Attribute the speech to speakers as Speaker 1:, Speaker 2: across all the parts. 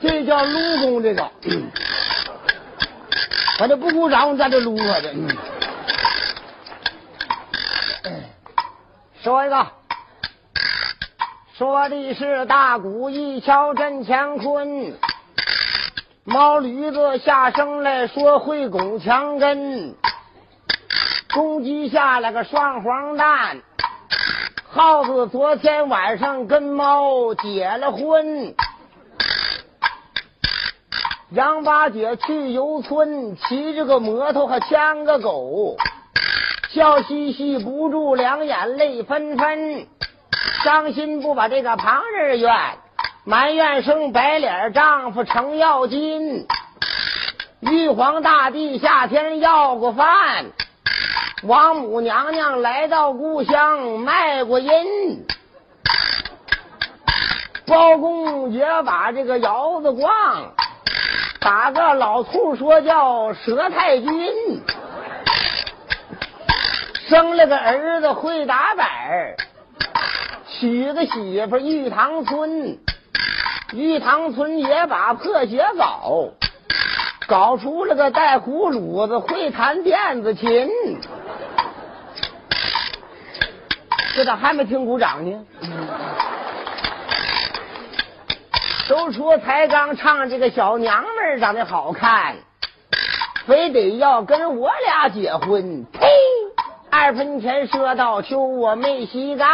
Speaker 1: 这叫撸功，这个，我这不鼓掌，在这撸啊这。哎说一个，说的是大鼓一敲震乾坤，毛驴子下生来说会拱墙根，公鸡下来个双黄蛋，耗子昨天晚上跟猫结了婚。杨八姐去游村，骑着个摩托还牵个狗，笑嘻嘻不住，两眼泪纷纷，伤心不把这个旁人怨，埋怨生白脸丈夫程咬金。玉皇大帝夏天要过饭，王母娘娘来到故乡卖过淫。包公也把这个窑子逛， 打个老兔说叫佘太君，生了个儿子会打板儿，娶个媳妇玉堂春，玉堂春也把破鞋搞，搞出了个带葫芦子会弹电子琴，这咋还没听鼓掌呢？都说才刚唱这个小娘们儿长得好看，非得要跟我俩结婚。呸！二分钱赊到秋，我没稀干。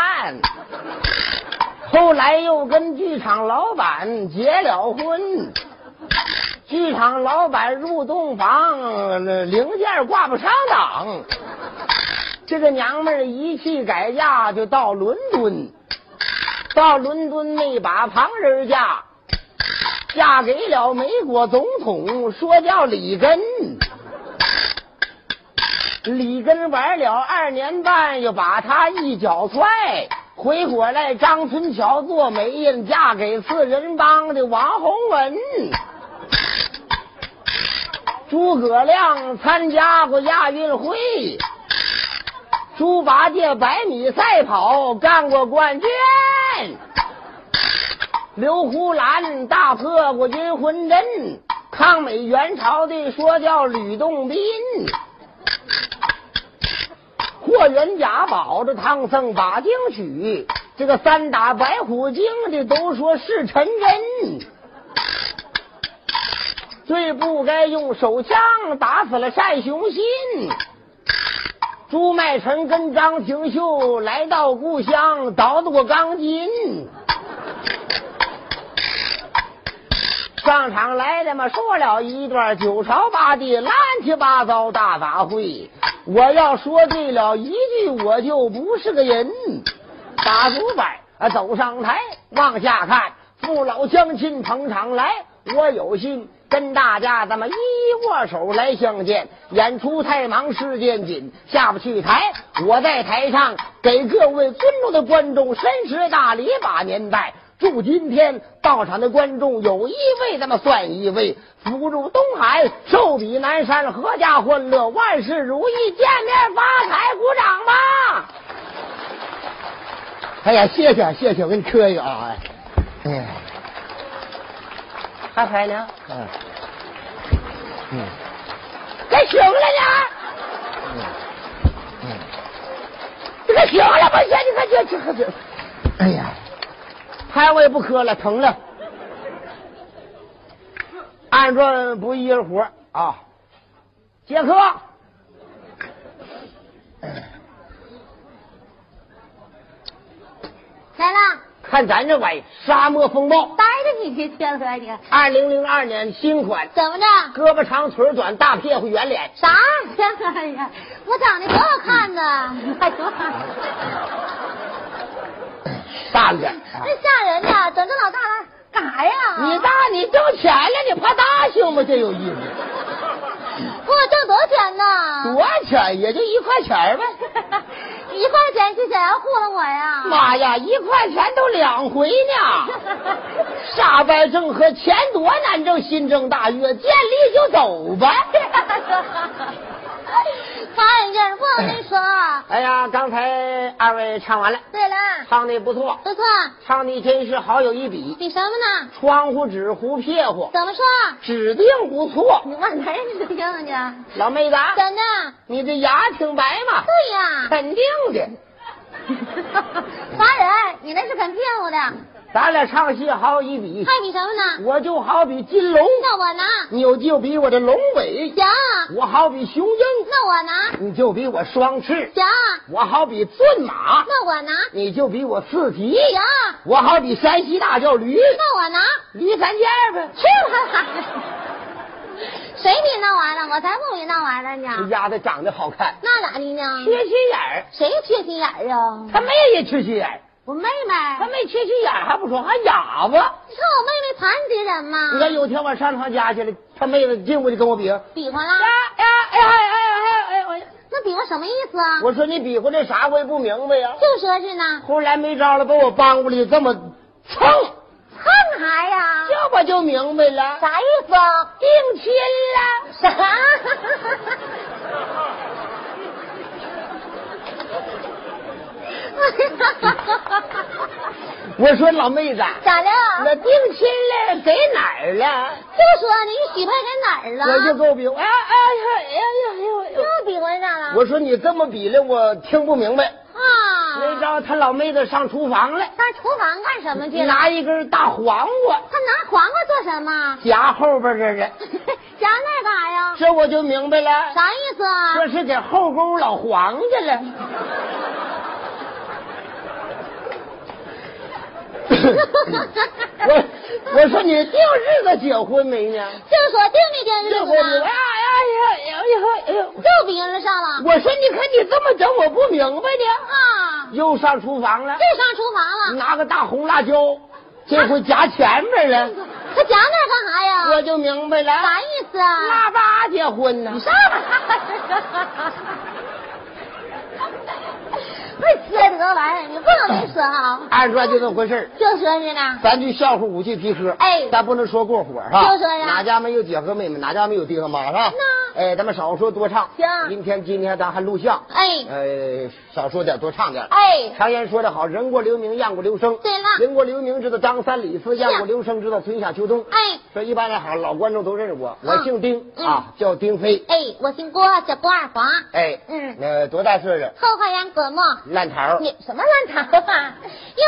Speaker 1: 后来又跟剧场老板结了婚，剧场老板入洞房，那零件挂不上档。这个娘们儿一气改嫁，就到伦敦，到伦敦没把旁人嫁。嫁给了美国总统，说叫里根。里根玩了二年半，又把他一脚踹。回国来，张春桥做媒人，嫁给四人帮的王洪文。诸葛亮参加过亚运会，猪八戒百米赛跑干过冠军。刘胡兰大破过军魂阵，抗美援朝的说叫吕洞宾，霍元甲保着唐僧把经取，这个三打白虎精的都说是陈真，最不该用手枪打死了单雄信。朱迈臣跟张廷秀来到故乡，捣鼓过钢筋。上场来的嘛，说了一段九朝八地乱七八糟大杂烩。我要说对了一句，我就不是个人。打竹板啊，走上台，往下看，父老乡亲捧场来。我有心跟大家咱们一握手来相见。演出太忙，时间紧，下不去台。我在台上给各位尊重的观众深施大礼，把年代。祝今天到场的观众有一位，咱们算一位，福如东海，寿比南山，阖家欢乐，万事如意，见面发财，鼓掌吧！哎呀，谢谢谢谢，我给你磕一个啊！哎呀，还拍呢？嗯嗯，该行了呢。嗯嗯，这个行了不行？你看这这这，哎呀！拍我也不磕了，疼了。按着不一人活啊！杰克，
Speaker 2: 来啦！
Speaker 1: 看咱这玩意，《沙漠风暴》
Speaker 2: 呆着你别天来你，
Speaker 1: 二零零二年新款，
Speaker 2: 怎么着？
Speaker 1: 胳膊长腿短，大屁股圆脸。
Speaker 2: 啥？天来呀！我长得多好看呢！ 哎多好！
Speaker 1: 大脸，
Speaker 2: 这吓人呐！整这老大了，干啥呀？
Speaker 1: 你大，你挣钱了，你怕大行吗？这有意思。
Speaker 2: 我挣多少钱呢？
Speaker 1: 多少钱？也就一块钱呗。
Speaker 2: 一块钱就想要糊弄我呀？
Speaker 1: 妈呀，一块钱都两回呢！傻白挣和钱多难挣，心正大悦，见利就走吧。
Speaker 2: 翻劲儿不能说。
Speaker 1: 哎呀，刚才二位唱完了，
Speaker 2: 对了，
Speaker 1: 唱的不错，
Speaker 2: 不错，
Speaker 1: 唱的真是好有一比。
Speaker 2: 比什么呢？
Speaker 1: 窗户纸糊撇乎，
Speaker 2: 怎么说？
Speaker 1: 指定不错。
Speaker 2: 你往哪儿你都听去？
Speaker 1: 老妹子 啊，
Speaker 2: 真的？
Speaker 1: 你这牙挺白 嘛？
Speaker 2: 对呀。
Speaker 1: 肯定的。
Speaker 2: 烦人，你那是肯骗我的，还
Speaker 1: 咱俩唱戏好有一比，
Speaker 2: 比什么呢？
Speaker 1: 我就好比金龙，
Speaker 2: 那我拿。
Speaker 1: 你就比我的龙尾；
Speaker 2: 行，
Speaker 1: 我好比雄鹰，
Speaker 2: 那我拿。
Speaker 1: 你就比我双翅；
Speaker 2: 行，
Speaker 1: 我好比骏马，
Speaker 2: 那我拿。
Speaker 1: 你就比我四蹄；
Speaker 2: 行，
Speaker 1: 我好比山西大叫驴，
Speaker 2: 那我拿。
Speaker 1: 驴三件儿呗。
Speaker 2: 去吧，谁比你那玩意儿？我才不比那玩意儿
Speaker 1: 这
Speaker 2: 呢。
Speaker 1: 丫头长得好看，
Speaker 2: 那咋的呢？
Speaker 1: 缺心眼儿，
Speaker 2: 谁缺心眼儿啊？
Speaker 1: 她妹也缺心眼儿，
Speaker 2: 我妹
Speaker 1: 她
Speaker 2: 妹，
Speaker 1: 妹缺心眼儿还不说，还哑巴。
Speaker 2: 你看我妹妹盘着人吗？
Speaker 1: 你看有天我上她家去了，她妹子进屋就跟我比划，
Speaker 2: 比划
Speaker 1: 哎
Speaker 2: 啦？
Speaker 1: 呀哎呀哎呀哎呀哎呀！
Speaker 2: 那比划什么意思啊？
Speaker 1: 我说你比划这啥我也不明白呀、
Speaker 2: 就说是呢，
Speaker 1: 后来没招了，把我帮过来这么蹭，
Speaker 2: 蹭孩呀？
Speaker 1: 这我就明白了，
Speaker 2: 啥意思啊？
Speaker 1: 定亲了。
Speaker 2: 啥？
Speaker 1: 我说老妹子，
Speaker 2: 咋的？
Speaker 1: 那定亲了给哪儿了？
Speaker 2: 就说你许配给哪儿了？
Speaker 1: 我就跟我比划，哎哎呀哎呀哎呀哎呀！
Speaker 2: 这比划咋了？
Speaker 1: 我说你这么比了，我听不明白。
Speaker 2: 啊，
Speaker 1: 没招，他老妹子上厨房了，
Speaker 2: 上厨房干什么去了？
Speaker 1: 拿一根大黄瓜
Speaker 2: 他拿黄瓜做什么？
Speaker 1: 夹后边这是，
Speaker 2: 夹那干啥呀？
Speaker 1: 这我就明白了。
Speaker 2: 啥意思啊？
Speaker 1: 这是给后宫老黄家 了。我我说你定日子结婚没呢？
Speaker 2: 就说定没定日
Speaker 1: 这我哎
Speaker 2: 子呢？
Speaker 1: 哎呀哎呀哎呀！
Speaker 2: 就比人上了
Speaker 1: 我说你看你这么整，我不明白呢。
Speaker 2: 啊，
Speaker 1: 又上厨房了
Speaker 2: 就，上厨房了。
Speaker 1: 拿个大红辣椒，这回夹前面了，
Speaker 2: 他夹那干啥呀？
Speaker 1: 我就明白了。
Speaker 2: 啥意思啊？
Speaker 1: 腊八结婚呢？
Speaker 2: 上吧。 不是缺德玩意儿，你不能没说啊，
Speaker 1: 按说就这么回事儿
Speaker 2: 就说是呢，
Speaker 1: 咱去笑话五去皮科，
Speaker 2: 哎
Speaker 1: 咱不能说过火哈。
Speaker 2: 就说呀
Speaker 1: 哪家没有姐和妹妹，哪家没有爹和妈是吧？
Speaker 2: 那
Speaker 1: 哎，咱们少说多唱。
Speaker 2: 行
Speaker 1: 今天今天咱还录像，
Speaker 2: 哎
Speaker 1: 呃，少说点多唱点。
Speaker 2: 哎，
Speaker 1: 常言说得好，人过留名，雁过留声。
Speaker 2: 对了
Speaker 1: 人过留名知道张三李四，雁过
Speaker 2: 是
Speaker 1: 留声知道春夏秋冬。
Speaker 2: 哎
Speaker 1: 说一般来好，老观众都认识我，我
Speaker 2: 嗯
Speaker 1: 姓丁
Speaker 2: 嗯
Speaker 1: 啊，叫丁飞。
Speaker 2: 哎，我姓郭，叫郭二黄，
Speaker 1: 哎，
Speaker 2: 嗯
Speaker 1: 呃，多大岁数？
Speaker 2: 后花园果木。
Speaker 1: 烂桃儿。
Speaker 2: 你什么乱桃花？因为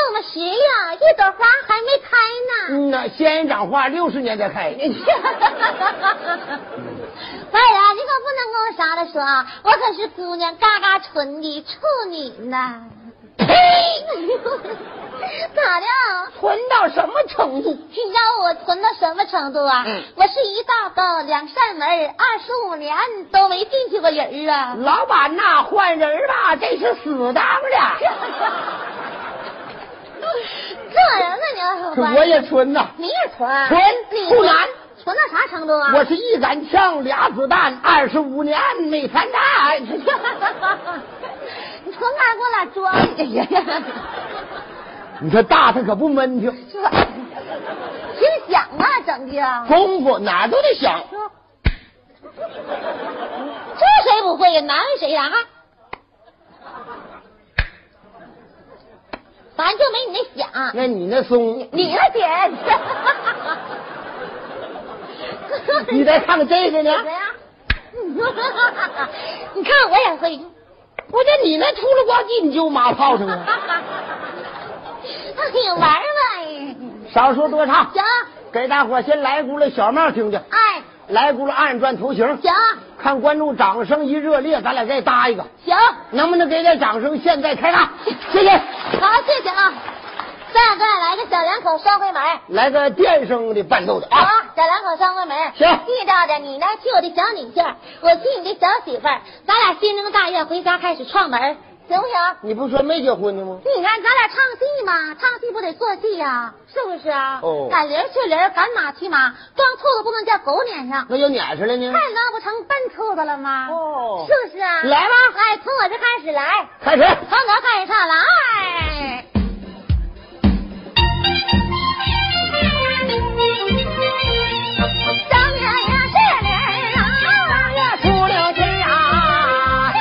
Speaker 2: 我们十月一朵花还没开呢。
Speaker 1: 嗯呐，仙人掌花六十年才 开。
Speaker 2: 白人，哎你可不能跟我啥都说啊！我可是姑娘嘎嘎纯的处女呢。呸！咋的？啊
Speaker 1: 混到什么程度？
Speaker 2: 你知道我存到什么程度啊？
Speaker 1: 嗯
Speaker 2: 我是一道沟，两扇门，二十五年都没进去过人儿啊！
Speaker 1: 老板呐，换人儿吧，这是死当的。
Speaker 2: 这人呢，你要是
Speaker 1: 我也纯呐，
Speaker 2: 你也存
Speaker 1: 纯
Speaker 2: 你
Speaker 1: 不难
Speaker 2: 存到啥程度啊？
Speaker 1: 我是一杆枪，俩子弹，二十五年没谈 蛋。
Speaker 2: 你存哪给我俩装？哎呀呀，
Speaker 1: 你这大他可不闷挺，
Speaker 2: 这挺响啊，整的啊。
Speaker 1: 功夫哪儿都得响。
Speaker 2: 这谁不会呀？难为谁呀？啊，反正就没你那响。
Speaker 1: 那你那松，
Speaker 2: 你那姐，
Speaker 1: 你 再看看这个呢？
Speaker 2: 怎么样？你看我也会，
Speaker 1: 我这你那秃噜呱唧，你就马炮上了。
Speaker 2: 哎呀，玩儿吧，
Speaker 1: 少说多唱，
Speaker 2: 行，
Speaker 1: 给大伙儿先来轱辘小帽听听，
Speaker 2: 哎，
Speaker 1: 来轱辘暗转头型，
Speaker 2: 行
Speaker 1: 看观众掌声一热烈，咱俩再搭一个，
Speaker 2: 行，
Speaker 1: 能不能给点掌声？现在开打，谢谢。
Speaker 2: 好，谢谢啊。再再来个小两口双回门，
Speaker 1: 来个电声的伴奏的啊。
Speaker 2: 好，小两口双回门。
Speaker 1: 行
Speaker 2: 遇到的你呢，是我的小女婿儿，我是你的小媳妇儿，咱俩心中大悦，回家开始串门儿，行不行？
Speaker 1: 你不说没结婚呢吗？
Speaker 2: 你看，咱俩唱戏嘛，唱戏不得做戏呀、是不是啊？
Speaker 1: 哦
Speaker 2: 赶驴儿去驴儿，赶马去马，撞兔子不能叫狗撵上，
Speaker 1: 那又撵上了呢？
Speaker 2: 太闹不成笨兔子了吗？
Speaker 1: 哦
Speaker 2: 是不是啊？
Speaker 1: 来吧
Speaker 2: 哎，从我这开始来，
Speaker 1: 开始，
Speaker 2: 从我开始唱来。正月呀，是驴儿啊，
Speaker 1: 出了亲啊，啊啊
Speaker 2: 这
Speaker 1: 啊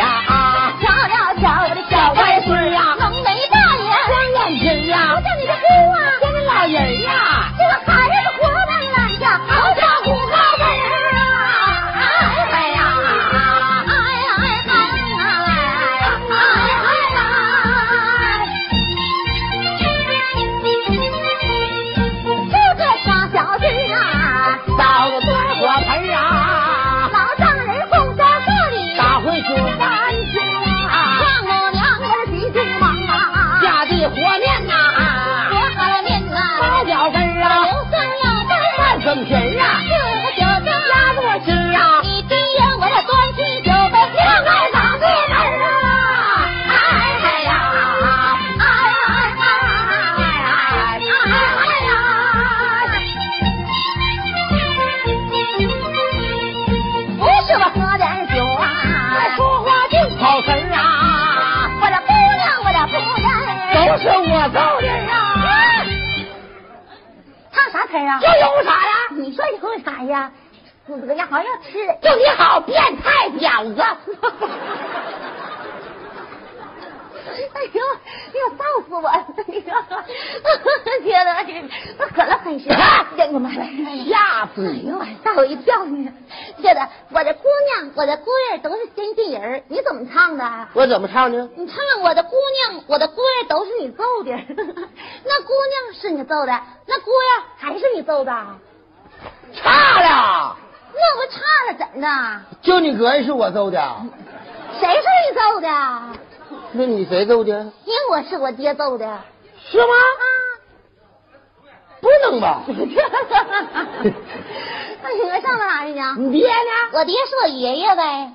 Speaker 1: 啊啊啊
Speaker 2: 面呐，
Speaker 1: 啊
Speaker 2: 和好了面呐，
Speaker 1: 八角根儿啊，
Speaker 2: 硫酸呀，当
Speaker 1: 半粉皮儿啊，
Speaker 2: 这个酒盅
Speaker 1: 压多汁儿啊，
Speaker 2: 你今夜我要端起酒杯，亮二嗓子门儿啊！哎哎呀，哎哎哎哎哎哎呀！不是我喝点酒啊，
Speaker 1: 那说话净跑神儿啊，
Speaker 2: 我的姑娘，我的姑娘，
Speaker 1: 都是我揍的
Speaker 2: 人
Speaker 1: 儿啊，
Speaker 2: 啊！唱啥词儿啊
Speaker 1: 这？有啥呀？
Speaker 2: 你说有啥呀？死个呀，好像吃人。
Speaker 1: 就你好变态婊子，
Speaker 2: 哎呦，哎呦，臊死我了！你说，天哪，这那可了还是，哎呀妈呀！
Speaker 1: 吓死
Speaker 2: 哎
Speaker 1: 你！
Speaker 2: 呦，吓我一跳呢！觉得我的姑娘，我的姑爷都是先进人儿，你怎么唱的啊？
Speaker 1: 我怎么唱呢？
Speaker 2: 你唱我的姑娘，我的姑爷都是你揍的， 那姑娘是你揍的，那姑爷还是你揍的，
Speaker 1: 差了，
Speaker 2: 那不差了怎的？
Speaker 1: 就你哥是我揍的，
Speaker 2: 谁是你揍的？
Speaker 1: 那你谁揍的？
Speaker 2: 因为我是我爹揍的。
Speaker 1: 是吗？
Speaker 2: 啊！
Speaker 1: 不能吧？
Speaker 2: 那你们上到哪去呢？
Speaker 1: 你爹呢？
Speaker 2: 我爹是我爷爷呗。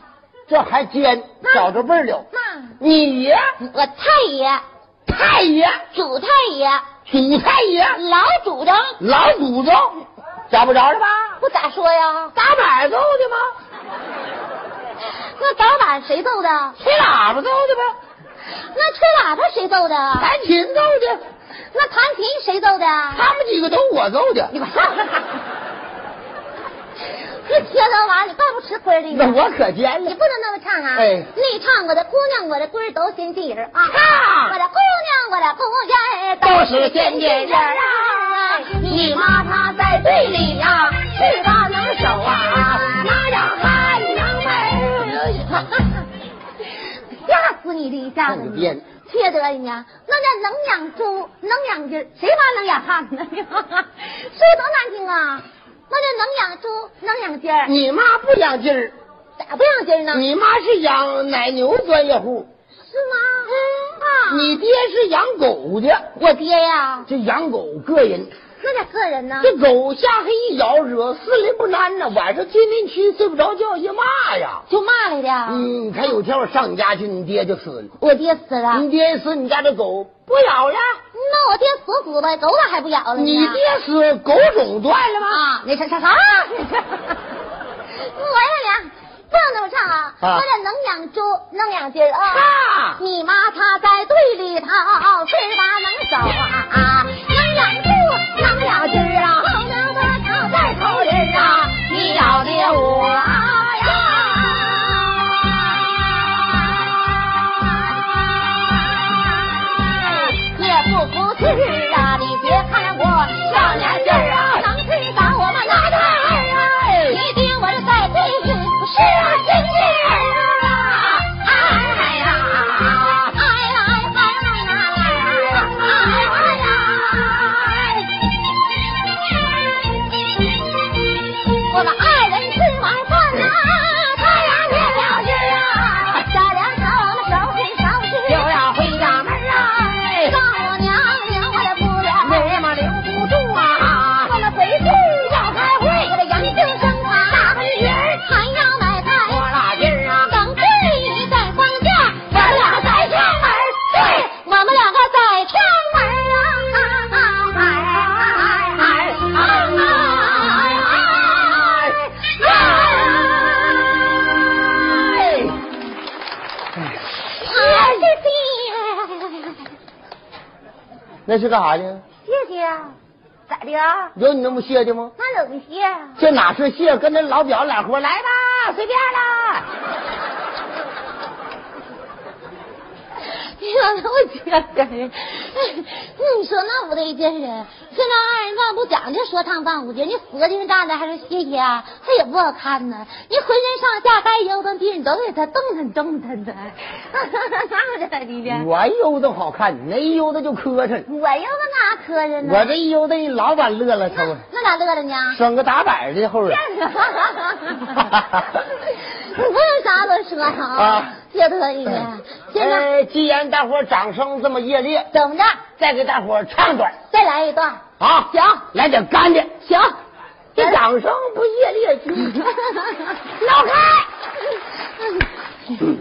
Speaker 1: 这还奸，找着辈儿了。
Speaker 2: 那
Speaker 1: 你爷、
Speaker 2: 我太爷、
Speaker 1: 太爷、
Speaker 2: 祖太爷、
Speaker 1: 祖太爷、
Speaker 2: 老祖宗，
Speaker 1: 老祖宗，找不着了吧？
Speaker 2: 不咋说呀？
Speaker 1: 打板揍的吗？
Speaker 2: 那早晚谁揍的？
Speaker 1: 吹喇叭揍的吗？
Speaker 2: 那吹喇叭谁揍的？
Speaker 1: 弹琴揍的，
Speaker 2: 那弹琴谁揍的？
Speaker 1: 他们几个都我揍的。
Speaker 2: 你给我上！这天到晚你怪不吃亏的
Speaker 1: 那
Speaker 2: 你，
Speaker 1: 我可奸
Speaker 2: 你
Speaker 1: 了，
Speaker 2: 不能那么唱啊！
Speaker 1: 哎
Speaker 2: 你唱我的姑娘，我的闺儿都先进人啊！我
Speaker 1: 哈，
Speaker 2: 的姑娘，我的姑爷
Speaker 1: 都是天津人儿
Speaker 2: 啊！你妈她在队里呀、是吧能手啊，那样汉能门。 吓死你的一下子！
Speaker 1: 看你编
Speaker 2: 缺德你呀！那叫能养猪，能养鸡，谁妈能养汉呢？ 说多难听啊！那叫能养猪，能养鸡儿，
Speaker 1: 你妈不养鸡儿，
Speaker 2: 咋不养鸡儿呢？
Speaker 1: 你妈是养奶牛专业户，
Speaker 2: 是吗？嗯啊，
Speaker 1: 你爹是养狗的，
Speaker 2: 我爹呀，
Speaker 1: 这养狗膈应。
Speaker 2: 那叫个人呢。
Speaker 1: 这狗下黑一咬，惹四邻不安呐，晚上进禁区睡不着觉，一骂呀。
Speaker 2: 就骂来的呀。
Speaker 1: 嗯，你看有天我上你家去，你爹就死了。
Speaker 2: 我爹死了，
Speaker 1: 你爹一死，你家这狗不咬了。
Speaker 2: 那我爹死死呗，狗咋还不咬了呢？
Speaker 1: 你爹死，狗种断了吗？
Speaker 2: 啊，那啥啥啥？ 我呀娘，不能那么唱啊！
Speaker 1: 啊
Speaker 2: 我得能养猪，能养鸡儿啊！
Speaker 1: 啊
Speaker 2: 你妈她在队里头，吃吧能手啊，能养猪，能养鸡儿啊，好能把脑袋头人儿啊，你咬的我呀！也不服气啊！你别看我少年劲儿啊，能吃把我们拿大儿啊！你爹我是在地里是啊，真劲儿啊！哎呀，哎呀，哎呀，哎呀，哎呀！我们二人吃完饭呐，他俩面了事啊，小两口我们手牵手去
Speaker 1: 就要回家门儿
Speaker 2: 丈
Speaker 1: 啊，
Speaker 2: 母娘娘我的姑娘，
Speaker 1: 那嘛留不住啊。
Speaker 2: 我们回去要开会，我的杨秀生啊，大盆鱼儿还要买
Speaker 1: 我
Speaker 2: 菜，
Speaker 1: 拉劲儿啊，
Speaker 2: 等这一在放假，咱俩再上门儿，对，我们两个再上门儿啊，哎哎哎哎哎哎哎哎！谢谢，
Speaker 1: 那是干啥的？
Speaker 2: 谢谢，咋的啊？
Speaker 1: 有你那么谢的吗？
Speaker 2: 那怎么谢啊？
Speaker 1: 这哪是谢，跟那老表揽活来吧，随便啦。
Speaker 2: 呀，我天干人！你说那不对劲儿啊！现在二人转不讲究说唱伴舞节，你死劲站着还是谢谢啊，他也不好看呢。你浑身上下该腰蹬地，你都给他动弹动弹的，那咋的呢？
Speaker 1: 我一悠的好看，你那一悠的就磕碜。
Speaker 2: 我又搁哪磕着呢？
Speaker 1: 我这一悠的，老板乐了，瞅着
Speaker 2: 那咋乐了呢？
Speaker 1: 整个打板的后边。
Speaker 2: 你不用啥都说哈、
Speaker 1: 啊
Speaker 2: 折腾呀！现在
Speaker 1: 呃，既然大伙儿掌声这么热烈，
Speaker 2: 怎么着？
Speaker 1: 再给大伙儿唱段儿
Speaker 2: 再来一段，
Speaker 1: 啊！
Speaker 2: 行
Speaker 1: 来点干的。
Speaker 2: 行，
Speaker 1: 这掌声不热烈，
Speaker 2: 老开。
Speaker 1: 嗯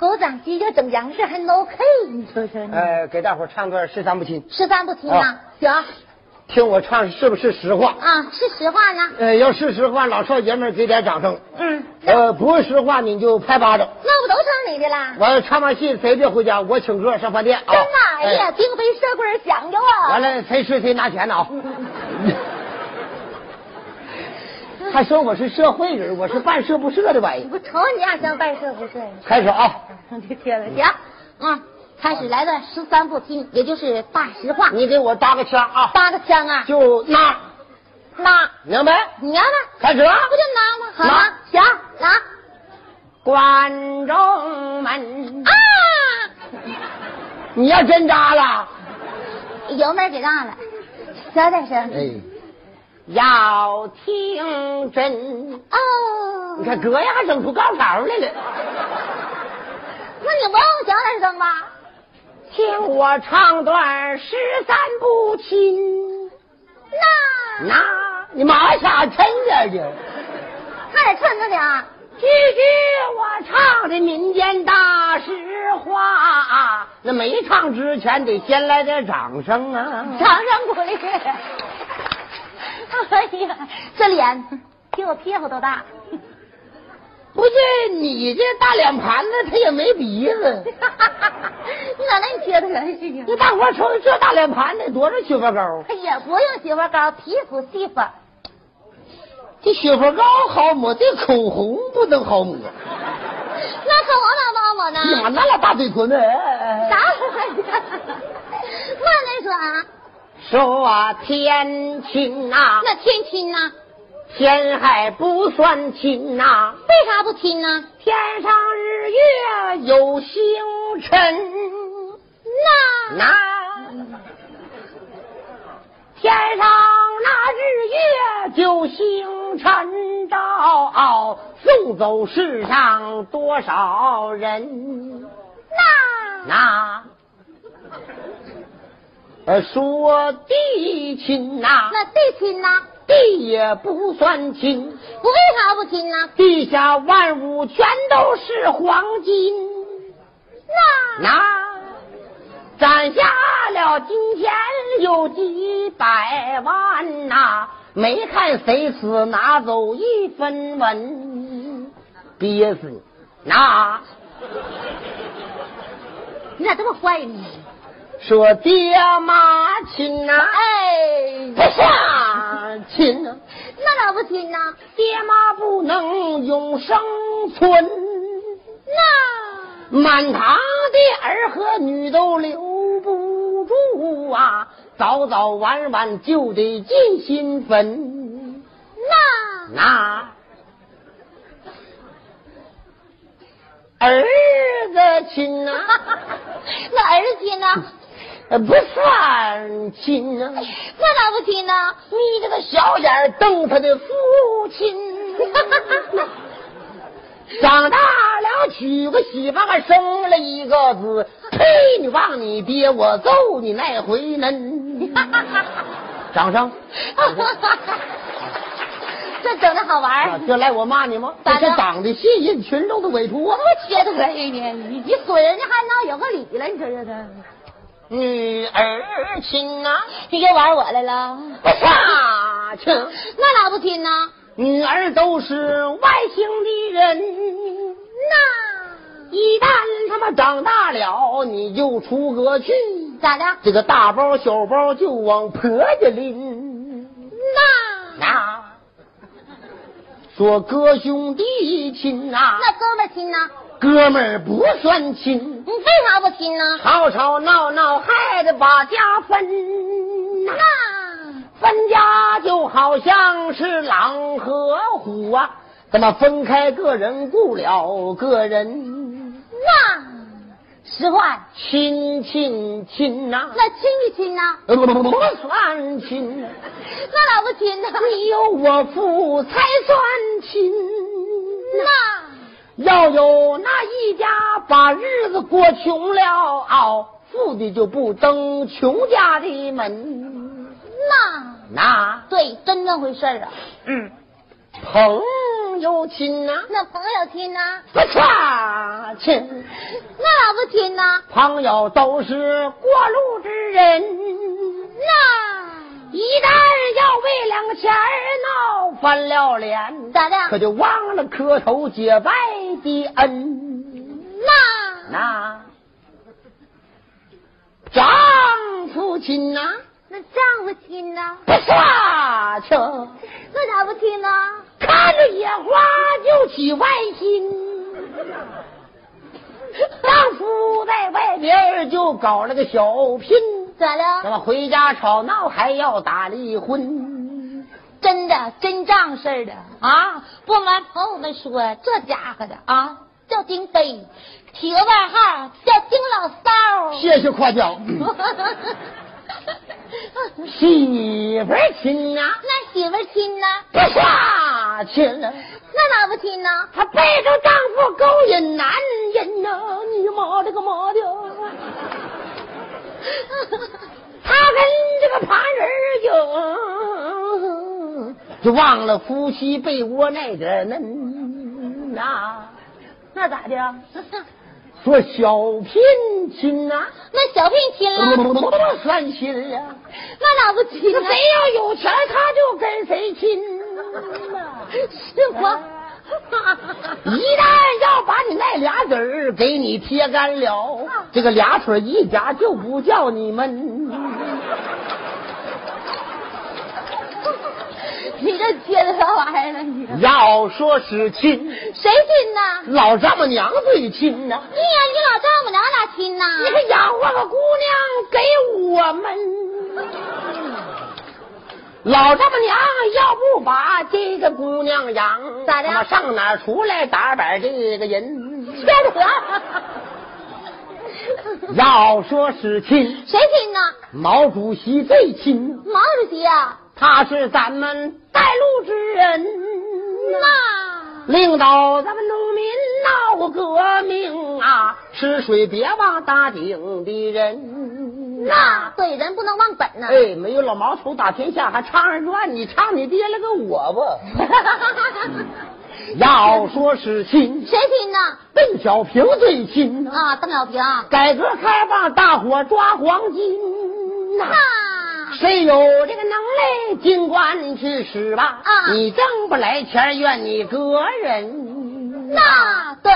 Speaker 2: 狗长鸡就整洋事还 no K，你说说呢？
Speaker 1: 呃，给大伙儿唱段《十三不亲》，
Speaker 2: 吃饭不亲啊？行
Speaker 1: 听我唱是不是实话？
Speaker 2: 啊，是实话呢。
Speaker 1: 呃，要是实话，老少爷们儿给点掌声。
Speaker 2: 嗯，
Speaker 1: 呃，不是实话，你就拍巴掌。
Speaker 2: 那不都成你的啦？
Speaker 1: 完了，唱完戏谁别回家，我请客上饭店啊！
Speaker 2: 真的，哎呀，
Speaker 1: 哎
Speaker 2: 丁飞社会讲究啊！
Speaker 1: 完了，谁吃谁拿钱呢 啊！还说我是社会人，我是办社不社的玩意
Speaker 2: 你。不瞅你俩像办社不是？
Speaker 1: 开始啊！
Speaker 2: 我的天呐，行，嗯，开始来段十三不听，也就是大实话。
Speaker 1: 你给我搭个腔啊，
Speaker 2: 搭个腔啊，
Speaker 1: 就那，
Speaker 2: 拉，
Speaker 1: 明白？
Speaker 2: 你要呢？
Speaker 1: 开始啊！
Speaker 2: 不就拉吗？好吗？行，拉
Speaker 1: 观众们，
Speaker 2: 啊！
Speaker 1: 你要真扎了，
Speaker 2: 油门给大了，小点声。
Speaker 1: 哎，要听真。
Speaker 2: 哦
Speaker 1: 你，看哥呀，还整出高潮来了。
Speaker 2: 那你不用小点声吧？
Speaker 1: 听我唱段十三不亲，
Speaker 2: 那
Speaker 1: 那你妈啥抻着去？
Speaker 2: 还得趁着点儿。
Speaker 1: 句句我唱的民间大实话，那没唱之前得先来点掌声啊！
Speaker 2: 掌声鼓励。哎呀，这脸比我屁股都大。
Speaker 1: 不是你这大脸盘子，他也没鼻子。
Speaker 2: 你咋那么缺德呢？是
Speaker 1: 那
Speaker 2: 你？
Speaker 1: 大伙儿瞅瞅这大脸盘子，多少雪佛膏？
Speaker 2: 哎呀，不用媳妇儿膏，皮肤细粉儿。
Speaker 1: 这雪佛膏好抹，这口红不能好抹。
Speaker 2: 啊那可我咋帮我呢
Speaker 1: 哎？呀妈，那老大嘴唇呢？哎
Speaker 2: 啥玩意儿？啊那那说啊，
Speaker 1: 说啊天亲呐、
Speaker 2: 那天亲呢？
Speaker 1: 天还不算亲呐、
Speaker 2: 为啥不亲呢？
Speaker 1: 天上日月有星辰
Speaker 2: 那
Speaker 1: 呐、啊天上那日月就星辰照，送走世上多少人
Speaker 2: 那
Speaker 1: 呐、呃，说地亲呐、
Speaker 2: 那地亲呢？
Speaker 1: 地也不算亲。
Speaker 2: 不为啥不亲呢？
Speaker 1: 地下万物全都是黄金，
Speaker 2: 那
Speaker 1: 那攒下了金钱有几百万呐、没看谁死拿走一分文，憋死你！那
Speaker 2: 你咋这么坏呢？
Speaker 1: 说爹妈亲呐、
Speaker 2: 哎，
Speaker 1: 不下亲呐、
Speaker 2: 那咋不亲呢？
Speaker 1: 爹妈不能永生存。
Speaker 2: 那
Speaker 1: 满堂的儿和女都留不住啊，早早晚晚就得进新坟。
Speaker 2: 那
Speaker 1: 那儿子亲
Speaker 2: 嗯
Speaker 1: 呐、
Speaker 2: 那儿亲呢？
Speaker 1: 呃不算亲呐、
Speaker 2: 那咋不亲呢？
Speaker 1: 眯着个小眼儿瞪他的父亲。长大了娶个媳妇儿，生了一个子，呸！你忘你爹，我揍你那回呢？掌声！
Speaker 2: 这整的好玩
Speaker 1: 啊
Speaker 2: 儿，
Speaker 1: 这来我骂你吗？这
Speaker 2: 哎咋的
Speaker 1: 是党的信任，群众的委托啊
Speaker 2: 我。不缺德呀你！你损人家还闹有个理了，你说这是？
Speaker 1: 女儿亲呐、
Speaker 2: 你又玩我来了？
Speaker 1: 不下情，
Speaker 2: 那咋不亲呢？
Speaker 1: 女儿都是外姓的人。
Speaker 2: 那
Speaker 1: 一旦他妈长大了，你就出阁去，
Speaker 2: 咋的？
Speaker 1: 这个大包小包就往婆家拎。
Speaker 2: 那
Speaker 1: 啊，说哥兄弟亲呐、
Speaker 2: 那哥们儿亲呢？
Speaker 1: 哥们儿不算亲，
Speaker 2: 你为啥不亲呢？
Speaker 1: 吵吵闹闹害得把家分呐、
Speaker 2: 那
Speaker 1: 分家就好像是狼和虎啊，怎么分开个人顾了个人？
Speaker 2: 那实话，
Speaker 1: 亲亲亲呐、
Speaker 2: 那亲不亲呢？
Speaker 1: 呃不不不不算亲啊，
Speaker 2: 那咋不
Speaker 1: 哎
Speaker 2: 亲呢？
Speaker 1: 你有我父才算亲。
Speaker 2: 那
Speaker 1: 要有那一家把日子过穷了，哦，富的就不登穷家的门。
Speaker 2: 那
Speaker 1: 那
Speaker 2: 对，真那回事儿啊。
Speaker 1: 嗯，朋友亲呐、
Speaker 2: 那朋友亲呐，
Speaker 1: 不差亲，
Speaker 2: 那老不亲呐，
Speaker 1: 朋友都是过路之人。
Speaker 2: 那
Speaker 1: 一旦要为两钱儿闹翻了脸，
Speaker 2: 咋
Speaker 1: 可
Speaker 2: 的？
Speaker 1: 就忘了磕头结拜的恩。
Speaker 2: 那
Speaker 1: 那丈夫亲呐、
Speaker 2: 那丈夫亲呐，
Speaker 1: 不刷车，
Speaker 2: 那咋不亲呐？
Speaker 1: 看着野花就起外心。丈夫在外边儿就搞了个小拼，
Speaker 2: 咋
Speaker 1: 那
Speaker 2: 的？
Speaker 1: 么回家吵闹还要打离婚。
Speaker 2: 真的真仗事儿的啊！不瞒朋友们说，这家伙的啊，叫丁飞，起个外号叫丁老骚。
Speaker 1: 谢谢夸奖。媳妇儿亲呐、
Speaker 2: 那媳妇儿亲呢？
Speaker 1: 不下亲了，
Speaker 2: 那咋不亲呢？
Speaker 1: 她背着丈夫勾引男人呐、你妈了个妈的！啊她跟这个旁人儿就就忘了夫妻被窝那个嫩呐、
Speaker 2: 那咋的？
Speaker 1: 啊说小聘亲啊呐、
Speaker 2: 那小聘亲了？
Speaker 1: 算亲啊！
Speaker 2: 那咋不亲啊
Speaker 1: 那
Speaker 2: 呢？
Speaker 1: 谁要有钱，他就跟谁亲呐、
Speaker 2: 是我。
Speaker 1: 一旦要把你那俩嘴儿给你贴干了，
Speaker 2: 啊
Speaker 1: 这个俩腿一夹就不叫你们。
Speaker 2: 你这接的啥玩意儿了？你
Speaker 1: 要说是亲，
Speaker 2: 谁亲呢？
Speaker 1: 老丈母娘最亲呐、
Speaker 2: 哎呀，你老丈母娘哪 亲呢？
Speaker 1: 你可养活个姑娘给我们。
Speaker 2: 嗯
Speaker 1: 老丈母娘要不把这个姑娘养，
Speaker 2: 咋的
Speaker 1: 他妈上哪儿出来打板这个人？
Speaker 2: 缺德。
Speaker 1: 要说是亲，
Speaker 2: 谁亲呢？
Speaker 1: 毛主席最亲呐。
Speaker 2: 毛主席啊。
Speaker 1: 他是咱们带路之人呐、
Speaker 2: 那
Speaker 1: 领导咱们农民闹革命啊，吃水别忘打井的人呐、
Speaker 2: 那对人不能忘本呢。
Speaker 1: 嗯哎，没有老毛头打天下，还唱二段，你唱你爹了个我 吧。要说是亲，
Speaker 2: 谁亲呢？
Speaker 1: 邓小平最亲呐、
Speaker 2: 啊，邓小平。
Speaker 1: 改革开放大伙抓黄金呐、
Speaker 2: 那
Speaker 1: 谁有这个能耐，尽管去使吧。
Speaker 2: 啊
Speaker 1: 你挣不来钱，怨你个人。
Speaker 2: 那对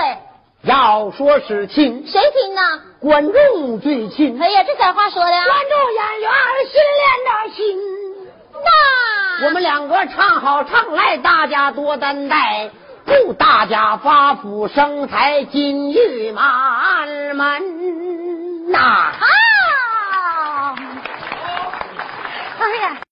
Speaker 1: 要说是亲，
Speaker 2: 谁亲呢？
Speaker 1: 观众最亲，观
Speaker 2: 哎呀，这小话说的呀。
Speaker 1: 众演员训练的心。
Speaker 2: 那
Speaker 1: 我们两个唱好唱赖，大家多担待。祝大家发福生财，金玉满门呐、
Speaker 2: 啊，哎呀。